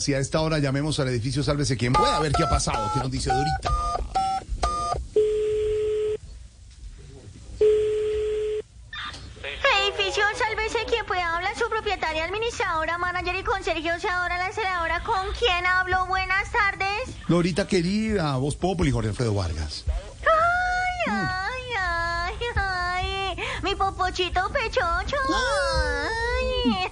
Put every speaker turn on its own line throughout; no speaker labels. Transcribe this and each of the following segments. Si a esta hora llamemos al edificio Sálvese quien pueda, a ver qué ha pasado, qué nos dice Dorita.
Edificio, sálvese quien pueda hablar, su propietaria, administradora, manager y conserje, ahora la celadora. ¿Con quién hablo? Buenas tardes.
Dorita querida, Voz Populi, Jorge Alfredo Vargas.
Ay, ay, ay, ay. Mi popochito pechocho. Ay.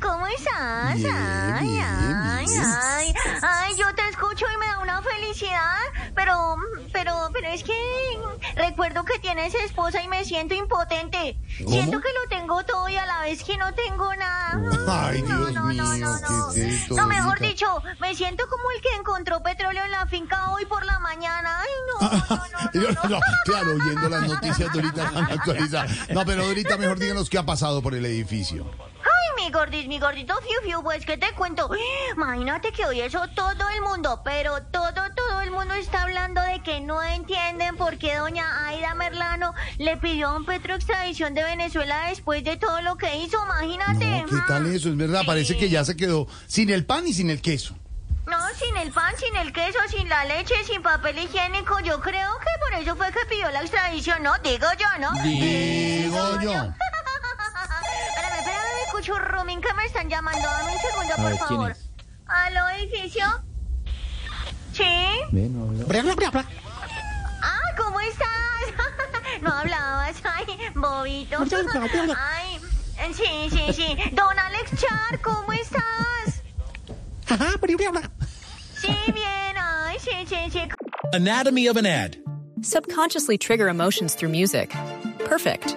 ¿Cómo estás?
Ah. Bien,
ay,
bien,
ay,
bien.
ay. Ay, yo te escucho y me da una felicidad, pero, pero, pero es que recuerdo que tienes esposa y me siento impotente.
¿Cómo?
Siento que lo tengo todo y a la vez que no tengo nada.
Ay, Dios
no, no,
mío,
no, no.
qué es esto,
No, mejor
Dorita.
dicho, me siento como el que encontró petróleo en la finca hoy por la mañana. Ay, no, no, no, no, no.
claro, oyendo las noticias Dorita tan actualizadas. No, pero Dorita, mejor díganos qué ha pasado por el edificio.
Ay, mi gordis, mi gordito fiu fiu, pues que te cuento. Imagínate que hoy eso todo el mundo, pero todo, todo el mundo está hablando de que no entienden por qué doña Aida Merlano le pidió a un Petro extradición de Venezuela después de todo lo que hizo, imagínate.
No, ¿qué tal
Mm.
eso? Es verdad, parece
Sí.
que ya se quedó sin el pan y sin el queso.
No, sin el pan, sin el queso, sin la leche, sin papel higiénico. Yo creo que por eso fue que pidió la extradición, ¿no? Digo yo, ¿no?
Digo yo.
espérame, espérame, cuchurrumín, que me están llamando. Dame un segundo, por
ver, ¿quién
favor.
es?
¿Aló, edificio? ¿Sí? Ah, ¿cómo estás? no hablabas, ay, bobito. Ay, sí, sí, sí. Don Alex Char, ¿cómo estás? Sí, bien, ay, sí, sí, sí.
Anatomy of an ad.
Subconsciously trigger emotions through music. Perfect.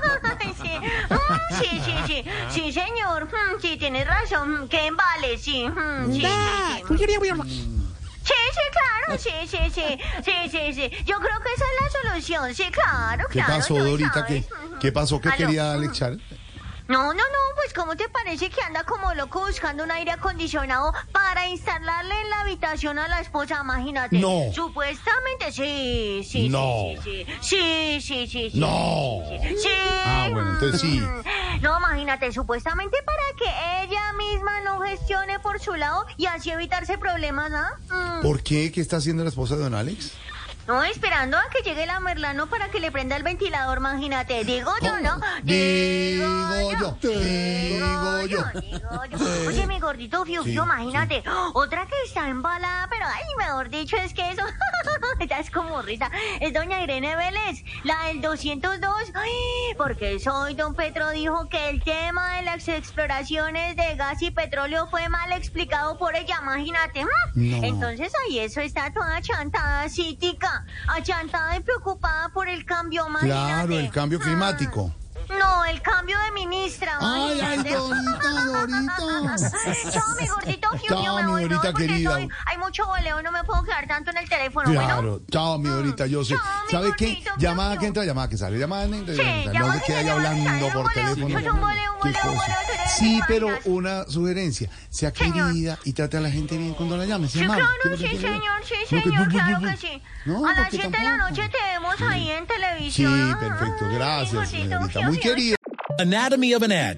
sí. Mm, sí, sí, sí. Sí, señor. Mm, Sí, tienes razón. Mm, Que vale, sí. Mm, sí, sí,
Da,
sí.
tú ya voy a colgar.
Sí, sí, claro. Sí, sí, sí. Sí, sí, sí. Yo creo que esa es la solución. Sí, claro,
¿Qué
claro.
pasó,
tú
Dorita?
sabes.
¿Qué, qué pasó? ¿Qué
Aló.
quería Alex Char?
No, no, no. Pues, ¿cómo te parece que anda como loco buscando un aire acondicionado para instalarle en la habitación a la esposa? Imagínate.
No.
Supuestamente, sí, sí, sí,
No.
sí, sí. Sí, sí, sí, sí.
No.
Sí.
Ah, bueno, entonces sí.
No, imagínate, supuestamente para que ella misma no gestione por su lado y así evitarse problemas, ¿ah? Mm.
¿Por qué? ¿Qué está haciendo la esposa de don Alex?
No, esperando a que llegue la Merlano para que le prenda el ventilador, imagínate. Digo yo, ¿no?
Digo yo. Digo yo.
digo yo. Oye, mi gordito Fiu
Sí,
Fiu, imagínate. Otra que está embalada, pero ay, mejor dicho, es que eso. Esta es como risa. Es doña Irene Vélez, la del 202. Ay, porque soy don Petro dijo que el tema de las exploraciones de gas y petróleo fue mal explicado por ella, imagínate. ¿m?
No.
Entonces ahí eso está toda achantada, cítica, achantada y preocupada por el cambio, imagínate.
Claro, el cambio climático.
No, el cambio de ministra.
Ay, ay,
imagínate.
Dorita, Dorita.
Chao, mi gordito Fiu,
Chao,
yo me
mi
voy, me
Dorita
voy porque
querida.
soy- hay mucho voleo, no me puedo quedar tanto en el teléfono, Ah, bueno. Mm.
Claro, chao mi Dorita, yo sé.
Chao, mi
¿Sabe qué?
gordito,
Llamada
chao.
que entra, llamada que sale, llamada que entra,
Sí,
llamada que sale. no
llamada
se
que
queda ahí
entra, llamada que
hablando
sale,
por
un voleo,
teléfono.
pues un voleo, un
Qué
voleo, un
cosa.
voleo, tres
Sí,
semanas.
pero una sugerencia, sea
Señor.
querida y trate a la gente bien cuando la llame, sea
Sí,
amable.
claro,
¿Qué es lo que
sí,
quiere?
señor, sí,
No, que
señor,
bu- bu-
claro
bu-
que
bu-
sí.
No,
A las
porque
7 de la
tampoco.
noche te vemos ahí en
Sí,
televisión.
perfecto,
Ay,
gracias,
gordito
señorita.
Fiu
Muy
Fiu.
querida.
Anatomy of an ad.